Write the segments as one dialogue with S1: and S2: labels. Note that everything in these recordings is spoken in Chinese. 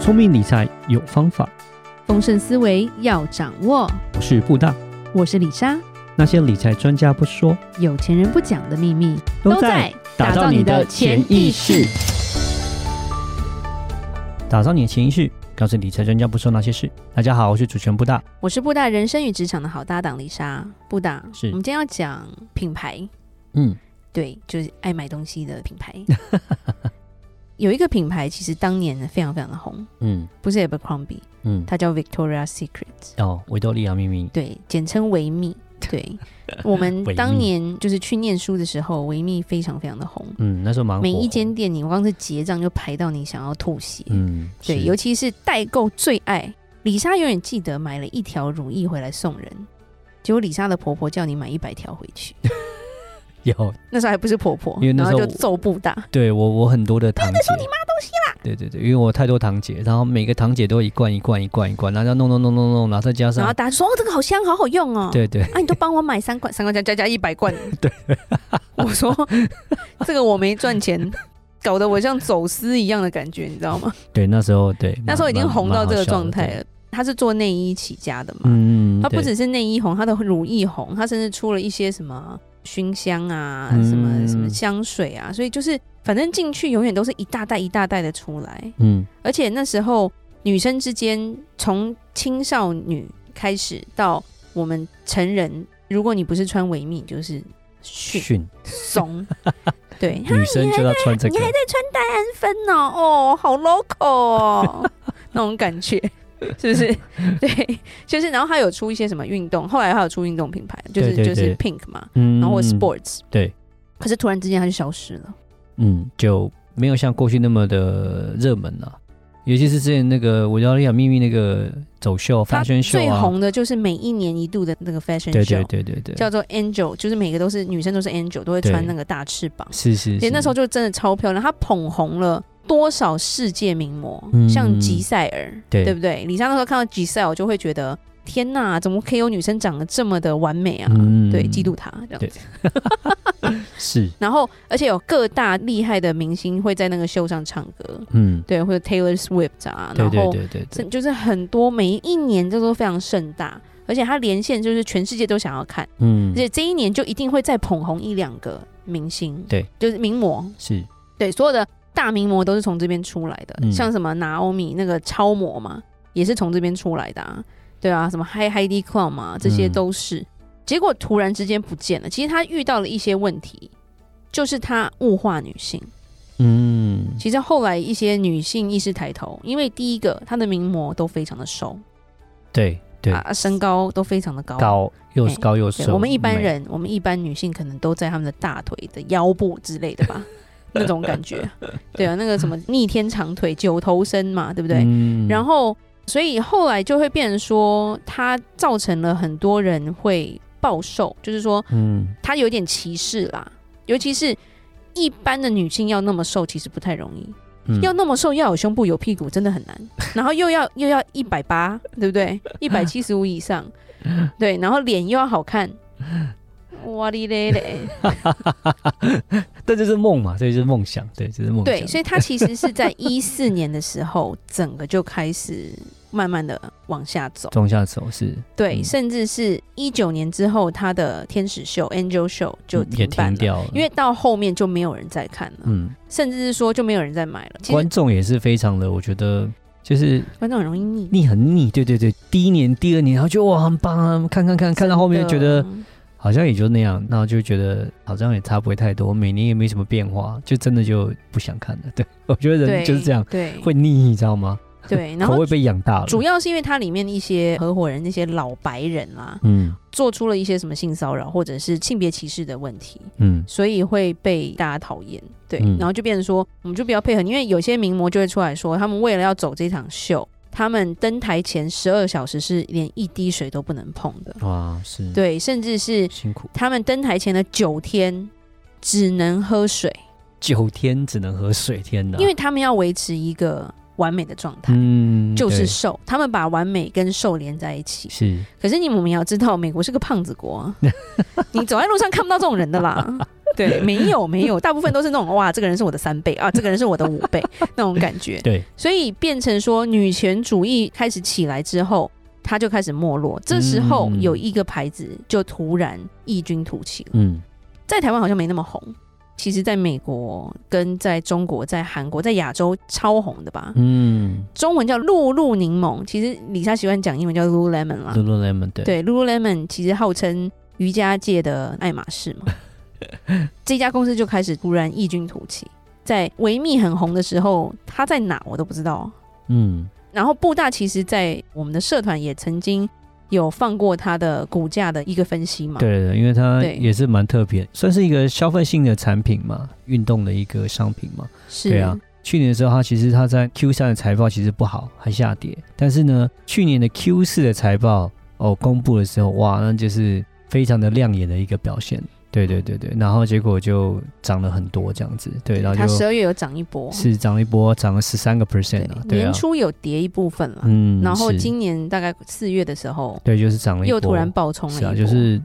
S1: 聪明理财有方法，
S2: 丰盛思维要掌握。
S1: 我是布大。
S2: 我是李莎，
S1: 那些理财专家不说，
S2: 有钱人不讲的秘密
S1: 打造你的潜意识。，打造你的潜意识，告诉理财专家不说那些事。大家好，我是主持人布大。
S2: 我是布大人生与职场的好搭档李莎。布大，
S1: 是
S2: 我们今天要讲品牌，
S1: 嗯，
S2: 对，就是爱买东西的品牌。 有一个品牌其实当年非常非常的红，
S1: 嗯
S2: 不是 Abercrombie，
S1: 嗯，
S2: 它叫 Victoria Secret，
S1: 哦，维多利亚秘密，
S2: 对，简称维密。对，我们
S1: 维密
S2: 当年就是去念书的时候，维密非常非常的红，
S1: 嗯，那时候蛮火
S2: 每一间，店你光是结账就排到你想要吐血。
S1: 嗯，是
S2: 对，尤其是代购最爱。李莎永远记得买了一条乳液回来送人，结果李莎的婆婆叫你买一百条回 去，
S1: 有，
S2: 那时候还不是婆婆
S1: 因为，那
S2: 然
S1: 时候
S2: 后就揍布大，
S1: 对我我很多的堂姐，你妈东西啦，对对对，因为我太多堂姐，然后每个堂姐都一罐一罐一罐一罐，然后弄弄弄弄弄，然后再加
S2: 然后
S1: 上，
S2: 大家就说哦这个好香，好好用
S1: 啊
S2: 哦。
S1: 对对
S2: 啊，你都帮我买三罐，三罐加加加一 百罐。对，我说这个我没赚钱，搞得我像走私一样的感觉，你知道 吗？
S1: 对，那时候对，
S2: 那时候已经红到这个状态
S1: 了，
S2: 了。她是做内衣起家的嘛，
S1: 嗯，
S2: 它不
S1: 对
S2: 只是内衣红，它的乳液红，它甚至出了一些什么熏香啊，
S1: 嗯
S2: 什么什么香水啊，所以就是反正进去永远都是一大袋一大袋的出来，
S1: 嗯
S2: 而且那时候女生之间从青少女开始到我们成人，如果你不是穿维密，就是逊
S1: 训
S2: 怂， 对，你
S1: 女生就要穿这个
S2: 你，还在穿戴安芬呢、哦，好 local 哦， 那种感觉。是不是？对，就是然后他有出一些什么运动，后来他有出运动品牌，就是
S1: 对对
S2: 就是 Pink 嘛，然后或 Sports，、
S1: 嗯对，
S2: 可是突然之间他就消失了。
S1: 嗯，就没有像过去那么的热门了、尤其是之前那个维多利亚秘密那个走秀、
S2: 他
S1: 发圈秀
S2: 最
S1: 啊，
S2: 红的就是每一年一度的那个 Fashion Show，
S1: 对对对对对，
S2: 叫做 Angel，就是每个都是女生都是 Angel，都会
S1: 对
S2: 穿那个大翅膀，
S1: 是是
S2: 其
S1: 是，
S2: 实那时候就真的超漂亮，她捧红了。多少世界名模，
S1: 嗯
S2: 像吉赛尔，
S1: 对
S2: 对不对？李莎那时候看到吉赛尔，我就会觉得天呐，怎么可以有女生长得这么的完美啊？
S1: 嗯
S2: 对，嫉妒她这样
S1: 对是，
S2: 然后而且有各大厉害的明星会在那个秀上唱歌，
S1: 嗯，
S2: 对，或者 Taylor Swift 啊，
S1: 对对
S2: 然后
S1: 对对
S2: 这
S1: 对，
S2: 就是很多每一年这都非常盛大，而且它连线就是全世界都想要看，
S1: 嗯
S2: 而，且这一年就一定会再捧红一两个明星，
S1: 对，
S2: 就是名模，
S1: 是，
S2: 对，所有的大名模都是从这边出来的，
S1: 嗯
S2: 像什么拿欧米那个超模嘛，也是从这边出来的、啊，对啊，什么 Hi Heidi Klum 嘛，这些
S1: 嗯
S2: 都是。结果突然之间不见了，其实他遇到了一些问题，就是他物化女性。
S1: 嗯，
S2: 其实后来一些女性意识抬头，因为第一个她的名模都非常的瘦，
S1: 对对，
S2: 啊，身高都非常的高。
S1: 高又
S2: 哎
S1: 高又
S2: 对，
S1: 瘦，
S2: 我们一般
S1: 美，
S2: 人，我们一般女性可能都在她们的大腿的腰部之类的吧，那种感觉。对啊，那个什么逆天长腿、九头身嘛，对不对？
S1: 嗯
S2: 然后，所以后来就会变成说，它造成了很多人会暴瘦，就是说
S1: 嗯，
S2: 它有点歧视啦，尤其是。一般的女性要那么瘦，其实不太容易。
S1: 嗯
S2: 要那么瘦，要有胸部有屁股，真的很难。 然后又要又要一百八，对不对？一百七十五 以上，对。然后脸又要好看，哇哩嘞嘞，
S1: 这就是梦嘛，这就是梦想，对，这是梦想，
S2: 对。所以它其实 是在一四年的时候，整个就开始慢慢的往下走，
S1: 中下走是
S2: 对。
S1: 嗯
S2: 甚至是一九年之后，它的天使秀 Angel Show 就
S1: 嗯也
S2: 停办
S1: 停
S2: 了，
S1: 掉了，
S2: 因为到后面就没有人再看了，
S1: 嗯。
S2: 甚至是说就没有人再买了。其实
S1: 观众也是非常的，我觉得就是
S2: 观众很容易腻。
S1: 腻很腻，对对对，第一年、第二年，然后就哇很棒啊，看看看看到后面觉
S2: 真
S1: 得
S2: 的
S1: 好像也就那样，然后就觉得好像也差不会太多，每年也没什么变化，就真的就不想看了。对， 我觉得人
S2: 对
S1: 就是这样，
S2: 对
S1: 会腻，你知道吗？
S2: 对，然
S1: 口
S2: 后
S1: 味被养大了。
S2: 主要是因为它里面一些合伙人那些老白人啦、
S1: 嗯
S2: 做出了一些什么性骚扰或者是性别歧视的问题，
S1: 嗯
S2: 所以会被大家讨厌。对，
S1: 嗯
S2: 然后就变成说，我们就比较配合你，因为有些名模就会出来说，他们为了要走这场秀，他们登台前十二小时是连一滴水都不能碰的，
S1: 哇是，，
S2: 对，甚至是
S1: 辛苦
S2: 他们登台前的九天只能喝水，
S1: 九天只能喝水，天哪！
S2: 因为他们要维持一个完美的状态。
S1: 啊嗯
S2: 就是
S1: 对
S2: 瘦，他们把完美跟瘦连在一起，
S1: 是
S2: 可是你们也要知道，美国是个胖子国啊，你走在路上看不到这种人的啦。对，没有没有，大部分都是那种哇，这个人是我的三倍啊，这个人是我的五倍那种感觉。
S1: 对，
S2: 所以变成说女权主义开始起来之后，它就开始没落。这时候
S1: 嗯
S2: 有一个牌子就突然异军突起了，
S1: 嗯
S2: 在台湾好像没那么红，其实在美国跟在中国、在韩国、在亚洲超红的吧。
S1: 嗯
S2: 中文叫露露柠檬，其实李莎喜欢讲英文叫 Lululemon 啦。
S1: ，Lululemon 对，
S2: 啊对，Lululemon 其实号称瑜伽界的爱马仕 嘛，这家公司就开始突然异军突起。在维密很红的时候，它在哪我都不知道。
S1: 嗯
S2: 然后布大其实，在我们的社团也曾经有放过它的股价的一个分析嘛。
S1: 对对对，因为它
S2: 对
S1: 也是蛮特别，算是一个消费性的产品嘛，运动的一个商品嘛。
S2: 是，
S1: 对啊，去年的时候，它其实它在 Q 三的财报其实不好，还下跌。但是呢，去年的 Q 四的财报哦公布的时候，哇，那就是非常的亮眼的一个表现。对对对对，然后结果就涨了很多这样子，对，然后
S2: 嗯它十
S1: 就
S2: 二月有涨一波，
S1: 是涨了一波，涨了十三个 percent 啊，对啊
S2: 年，初有跌一部分了，
S1: 嗯，
S2: 然后
S1: 是
S2: 今年大概四月的时候
S1: 对就是涨了一波，
S2: 又突然爆冲了一
S1: 是
S2: 波，
S1: 啊，就是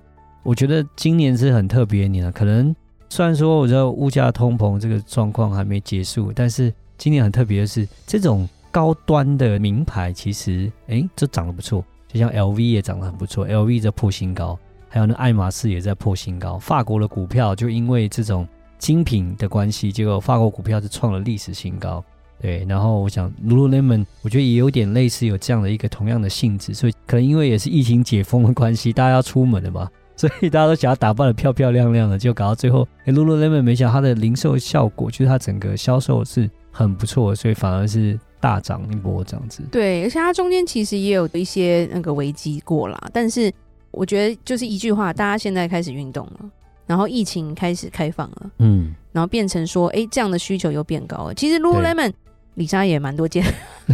S1: 我觉得今年是很特别的年啊，可能虽然说我知道物价通膨这个状况还没结束，但是今年很特别的是，这种高端的名牌其实哎都涨得不错，就像 LV 也涨得很不错，LV 在破新高，还有那爱马仕也在破新高，法国的股票就因为这种精品的关系，结果法国股票是创了历史新高。对，然后我想 Lululemon，我觉得也有点类似有这样的一个同样的性质，所以可能因为也是疫情解封的关系，大家要出门了嘛， 所以大家都想要打扮的漂漂亮亮的，就搞到最后，哎，Lululemon 没想到它的零售效果，就是它整个销售是很不错的，所以反而是大涨一波这样子。
S2: 对，而且它中间其实也有一些那个危机过啦，但是我觉得就是一句话，大家现在开始运动了，然后疫情开始开放了，
S1: 嗯，
S2: 然后变成说，哎，这样的需求又变高了。其实 Lululemon 李莎也蛮多件，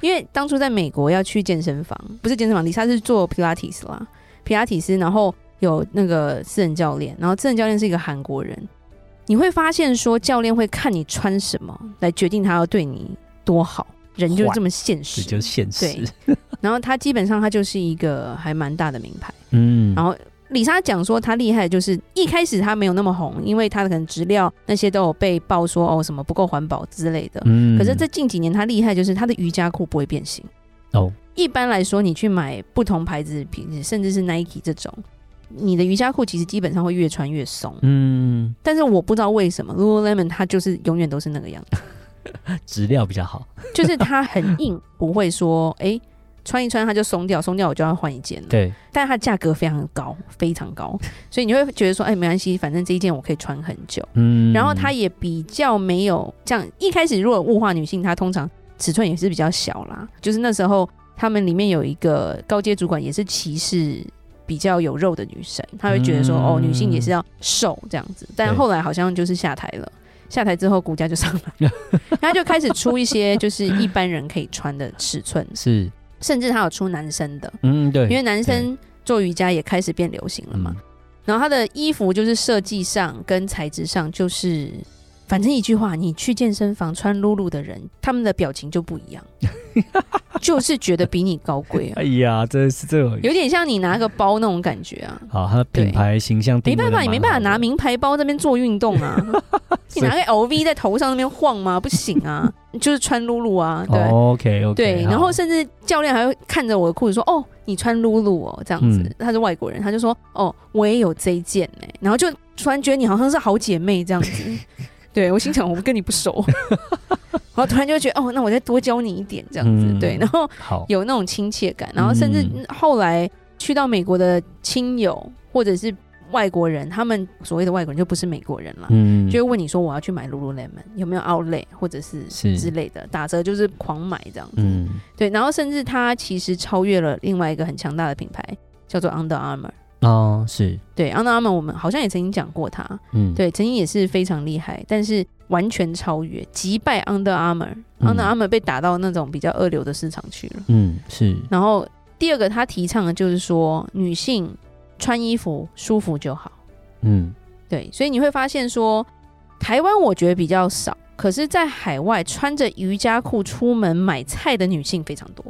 S2: 因为当初在美国要去健身房，不是健身房，李莎是做皮拉提斯啦，皮拉提斯，然后有那个私人教练，然后私人教练是一个韩国人，你会发现说，教练会看你穿什么来决定他要对你多好，人就是这么现
S1: 这
S2: 实，
S1: 就是现实
S2: 对。然后他基本上他就是一个还蛮大的名牌。
S1: 嗯，
S2: 然后李莎讲说他厉害，就是一开始他没有那么红，因为他可能质料那些都有被爆说哦什么不够环保之类的。
S1: 嗯
S2: 可是这近几年他厉害，就是他的瑜伽裤不会变形。
S1: 哦，
S2: 一般来说，你去买不同牌子的皮子，甚至是 Nike 这种，你的瑜伽裤其实基本上会越穿越松。
S1: 嗯，
S2: 但是我不知道为什么 Lululemon 它就是永远都是那个样子，啊
S1: 质量比较好。
S2: 就是它很硬，不会说哎、诶穿一穿它就松掉，松掉我就要换一件了。
S1: 对，
S2: 但它价格非常高，非常高，所以你会觉得说，哎，没关系，反正这一件我可以穿很久。
S1: 嗯，
S2: 然后它也比较没有这样，一开始如果物化女性，它通常尺寸也是比较小啦。就是那时候他们里面有一个高阶主管也是歧视比较有肉的女生，他会觉得说，
S1: 嗯
S2: 哦，女性也是要瘦这样子。但
S1: 对
S2: 后来好像就是下台了。下台之后，股价就上来， 他就开始出一些就是一般人可以穿的尺寸，
S1: 是，
S2: 甚至他有出男生的，
S1: 嗯，对，嗯
S2: 因为嗯男生做瑜伽也开始变流行了嘛。然后他的衣服就是设计上跟材质上，就是反正一句话，你去健身房穿露露的人，他们的表情就不一 样，就是觉得比你高贵
S1: 嗯。哎
S2: 啊，
S1: 呀，真的是这种
S2: 有点像你拿个包那种感觉啊。
S1: 好，它的品
S2: 对
S1: 牌形象
S2: 没
S1: 定
S2: 办法，
S1: 位
S2: 你
S1: 得
S2: 没
S1: 蛮
S2: 办法
S1: 好的
S2: 拿名牌包在那边做运动 啊！你拿个 LV 在头上那边晃吗？不行 啊，就是穿露露啊，对、
S1: OK OK，
S2: 对，然后甚至教练还会看着我的裤子说：“哦，你穿露露哦，这样子。
S1: 嗯
S2: 他是外国人，他就说：“哦，我也有这一件呢、然后就突然觉得你好像是好姐妹这 样子。对我心想，我跟你不熟，然后突然就会觉得哦，那我再多教你一点这样子。
S1: 嗯
S2: 对，然后
S1: 好，
S2: 有那种亲切感，然后甚至
S1: 嗯
S2: 后来去到美国的亲友或者是外国人，他们所谓的外国人就不是美国人了。
S1: 嗯，
S2: 就会问你说我要去买 Lululemon 有没有 Outlet 或者是
S1: 是
S2: 之类的打折，就是狂买这样子。
S1: 嗯
S2: 对，然后甚至它其实超越了另外一个很强大的品牌，叫做 Under Armour。
S1: 哦是，
S2: 对，Under Armour 我们好像也曾经讲过它，
S1: 嗯，
S2: 对，曾经也是非常厉害，但是完全超越、击败 Under Armour。
S1: 嗯
S2: Under Armour 被打到那种比较二流的市场去了。
S1: 嗯是，
S2: 然后第二个，他提倡的就是说，女性穿衣服舒服就好。
S1: 嗯
S2: 对，所以你会发现说，台湾我觉得比较少，可是，在海外穿着瑜伽裤出门买菜的女性非常多。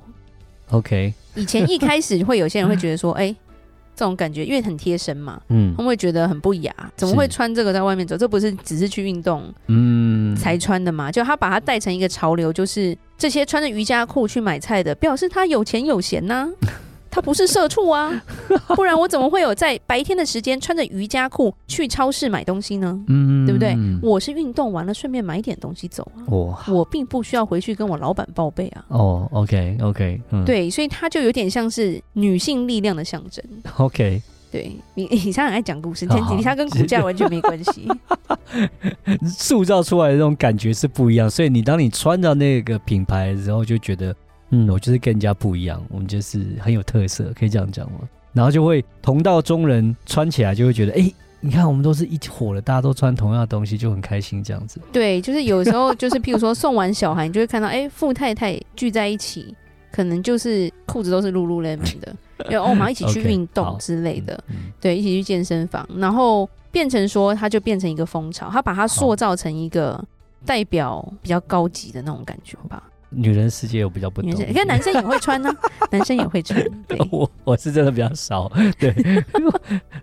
S1: OK，
S2: 以前一开始会有些人会觉得说，哎、这种感觉，因为很贴身嘛，
S1: 嗯
S2: 他们会觉得很不雅，怎么会
S1: 是
S2: 穿这个在外面走？这不是只是去运动
S1: 嗯，
S2: 才穿的嘛？就他把它带成一个潮流，就是这些穿着瑜伽裤去买菜的，表示他有钱有闲呐、他不是社畜啊，不然我怎么会有在白天的时间穿着瑜伽裤去超市买东西呢？
S1: 嗯，
S2: 对不对
S1: 嗯
S2: 我是运动完了，顺便买一点东西走啊，
S1: 哇
S2: 我并不需要回去跟我老板报备啊。
S1: 哦，OK OK，嗯，
S2: 对，所以它就有点像是女性力量的象征。
S1: ，OK，
S2: 对你， 李莎很爱讲故事，
S1: 好
S2: 但李莎跟股价完全没关系。
S1: 塑造出来的那种感觉是不一样，所以你当你穿到那个品牌的时候，就觉得，嗯，我就是跟人家不一样，我们就是很有特色，可以这样讲吗？然后就会同道中人，穿起来就会觉得，哎、你看我们都是一伙的，大家都穿同样的东西，就很开心这样子。
S2: 对，就是有时候就是，譬如说送完小孩，你就会看到，哎、富太太聚在一起，可能就是裤子都是 Lululemon 的，然后、哦、我们要一起去
S1: OK，
S2: 运动
S1: 好
S2: 之类的，
S1: 嗯，
S2: 对，一起去健身房，然后变成说，它就变成一个风潮，它把它塑
S1: 好
S2: 造成一个代表比较高级的那种感觉吧。
S1: 女人世界我比较不懂哦
S2: 女，生，你 看男生也会穿呢、啊男生也会穿，对。
S1: 我我是真的比较少， 对，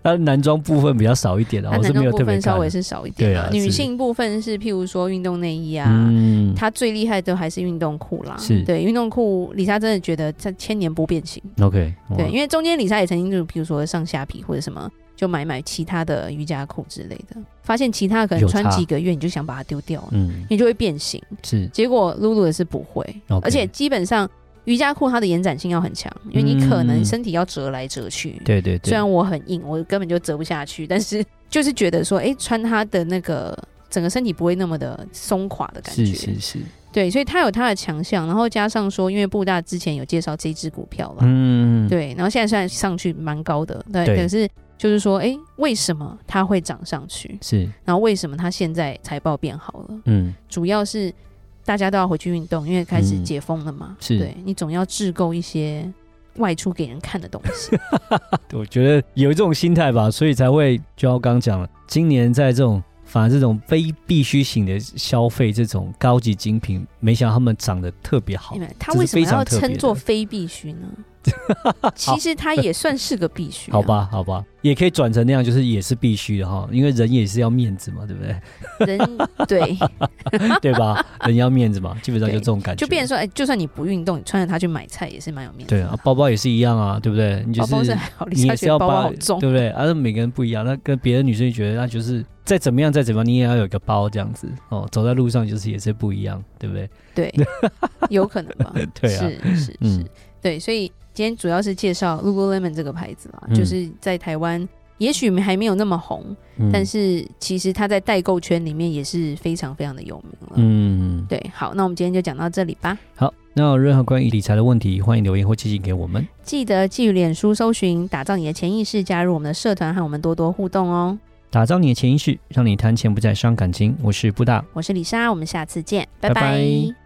S1: 然 后男装部分比较少一点啊，
S2: 它
S1: 我
S2: 男
S1: 是没
S2: 装
S1: 有
S2: 部
S1: 特别
S2: 分
S1: 看
S2: 稍微
S1: 的。
S2: 是少一点、
S1: 对啊
S2: 女
S1: 是
S2: 性部分是譬如说运动内衣啊，
S1: 嗯，
S2: 它最厉害的都还是运动裤啦。
S1: 是
S2: 对运动裤，李莎真的觉得它千年不变形。
S1: OK，哇
S2: 对，因为中间李莎也曾经就比如说上下皮或者什么，就买买其他的瑜伽裤之类的，发现其他可能
S1: 有
S2: 穿
S1: 差
S2: 几个月你就想把它丢掉了，
S1: 嗯
S2: 你就会变形。
S1: 是
S2: 结果露露也是不会
S1: OK
S2: 而且基本上瑜伽裤它的延展性要很强，因为你可能
S1: 嗯
S2: 身体要折来折去。
S1: 对对对，
S2: 虽然我很硬，我根本就折不下去，但是就是觉得说，哎、穿它的那个整个身体不会那么的松垮的感觉。
S1: 是是是，
S2: 对，所以它有它的强项，然后加上说，因为布大之前有介绍这只股票了，
S1: 嗯，
S2: 对，然后现在虽然上去蛮高的，对，
S1: 对
S2: 可是就是说，哎、为什么它会涨上去？
S1: 是，
S2: 然后为什么它现在财报变好了？
S1: 嗯，
S2: 主要是大家都要回去运动，因为开始
S1: 嗯
S2: 解封了嘛，
S1: 是
S2: 对你总要制购一些外出给人看的东西。
S1: 我觉得有这种心态吧，所以才会就像我刚刚讲了，今年在这种反而这种非必需型的消费，这种高级精品，没想到他们涨得特别 好
S2: 因。为他
S1: 这是
S2: 为什么
S1: 非常
S2: 要
S1: 特别
S2: 称作
S1: 的
S2: 非必须 呢？其实它也算是个必须、
S1: 好，吧，好吧，也可以转成那样，就是也是必须的哈，因为人也是要面子嘛，对 不对？
S2: 啊 人对，
S1: 对吧？人要面子嘛，基本上就
S2: 对
S1: 这种感觉。
S2: 就变成说，哎、就算你不运动，你穿着它去买菜也是蛮有面子
S1: 对
S2: 的。
S1: 啊，包包也是一样啊，对不对？你就
S2: 包包是
S1: 是
S2: 还好，
S1: 你
S2: 李
S1: 也
S2: 佳
S1: 是
S2: 雪
S1: 要
S2: 包
S1: 把
S2: 包好重，
S1: 对不对？啊，那每个人不一样，那跟别的女生就觉得，那就是再怎么样再怎么样，你也要有一个包这样子哦，走在路上就是也是不一样，对不对？
S2: 对，有可能吧？
S1: 对啊
S2: 是是
S1: 嗯
S2: 是，对，所以今天主要是介绍 Lululemon 这个牌子啦，
S1: 嗯
S2: 就是在台湾。也许还没有那么红，
S1: 嗯
S2: 但是其实它在代购圈里面也是非常非常的有名了。
S1: 嗯，
S2: 对，好，那我们今天就讲到这里吧。
S1: 好，那有任何关于理财的问题，欢迎留言或寄信给我们。
S2: 记得基于脸书搜寻“打造你的潜意识”，加入我们的社团，和我们多多互动哦。
S1: 打造你的潜意识，让你谈钱不再伤感情。我是布大，
S2: 我是李莎，我们下次见，
S1: 拜拜
S2: 拜拜